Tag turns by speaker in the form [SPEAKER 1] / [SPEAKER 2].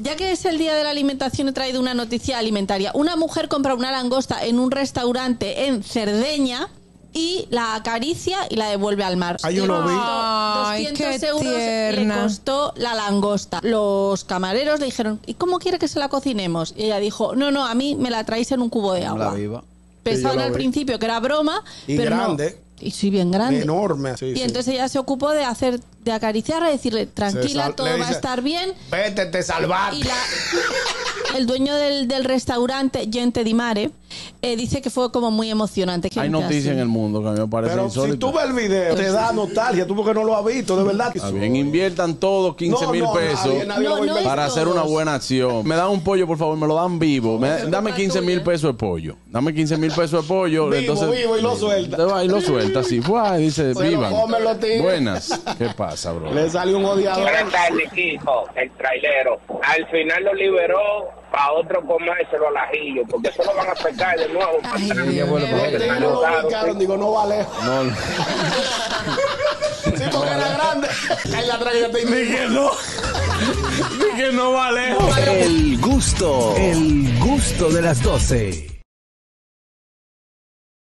[SPEAKER 1] ya que es el día de la alimentación, he traído una noticia alimentaria. Una mujer compra una langosta en un restaurante en Cerdeña y la acaricia y la devuelve al mar.
[SPEAKER 2] Ay,
[SPEAKER 1] Y
[SPEAKER 2] yo lo vi.
[SPEAKER 1] costó
[SPEAKER 3] Ay,
[SPEAKER 1] 200
[SPEAKER 3] qué
[SPEAKER 1] euros
[SPEAKER 3] tierna.
[SPEAKER 1] le costó la langosta. Los camareros le dijeron, ¿y cómo quiere que se la cocinemos? Y ella dijo, no, no, a mí me la traéis en un cubo de agua.
[SPEAKER 4] la viva.
[SPEAKER 2] Sí, yo
[SPEAKER 1] Pensaban
[SPEAKER 2] la
[SPEAKER 1] al
[SPEAKER 2] vi.
[SPEAKER 1] principio que era broma,
[SPEAKER 2] Y
[SPEAKER 1] pero no.
[SPEAKER 2] grande.
[SPEAKER 1] Y sí, bien grande.
[SPEAKER 2] Enorme, así.
[SPEAKER 1] Y
[SPEAKER 2] sí.
[SPEAKER 1] entonces ella se ocupó de hacer, de acariciarla, decirle, tranquila,
[SPEAKER 2] sal-
[SPEAKER 1] todo
[SPEAKER 2] le
[SPEAKER 1] va a
[SPEAKER 2] dice,
[SPEAKER 1] estar bien.
[SPEAKER 2] Vete, te salvaste.
[SPEAKER 1] Y la- el dueño del, del restaurante, Gente Di Mare, eh, dice que fue como muy emocionante.
[SPEAKER 5] Hay
[SPEAKER 1] Gente
[SPEAKER 5] noticias
[SPEAKER 1] así.
[SPEAKER 5] en el mundo que a mí me parece
[SPEAKER 2] Pero si
[SPEAKER 5] insólito.
[SPEAKER 2] tú ves el video, te da nostalgia. Tú porque no lo has visto, de verdad.
[SPEAKER 5] Está bien, inviertan todos 15 mil
[SPEAKER 2] No, no,
[SPEAKER 5] pesos
[SPEAKER 2] nadie, nadie lo
[SPEAKER 1] No,
[SPEAKER 2] va
[SPEAKER 1] no
[SPEAKER 2] a inventar.
[SPEAKER 1] es
[SPEAKER 5] para hacer
[SPEAKER 1] todos.
[SPEAKER 5] una buena acción. Me dan un pollo, por favor, me lo dan vivo. Me-
[SPEAKER 1] es
[SPEAKER 5] dame
[SPEAKER 1] culpa
[SPEAKER 5] 15 mil
[SPEAKER 1] tuya.
[SPEAKER 5] pesos de pollo. Dame 15 mil pesos de pollo.
[SPEAKER 2] Vivo,
[SPEAKER 5] entonces,
[SPEAKER 2] vivo, y lo suelta.
[SPEAKER 5] Te va y lo suelta, así. ¡fua! y dice,
[SPEAKER 2] Se lo
[SPEAKER 5] vivan.
[SPEAKER 2] comen los tigres.
[SPEAKER 5] Buenas. ¿Qué pasa, bro?
[SPEAKER 2] Le salió un odiador.
[SPEAKER 6] Buenas tardes, Kiko, el trailero. Al final lo liberó para otro comérselo al ajillo, porque eso lo van a pecar de nuevo. para
[SPEAKER 3] Ay,
[SPEAKER 6] atrás.
[SPEAKER 3] Dios.
[SPEAKER 6] Porque
[SPEAKER 2] Los tigres no lo
[SPEAKER 6] malotaron,
[SPEAKER 2] ubicaron, digo, no vale.
[SPEAKER 5] No, no.
[SPEAKER 2] Sí, porque era grande. Ahí la traga ya te indica.
[SPEAKER 5] que no vale.
[SPEAKER 7] El gusto, el gusto de las 12.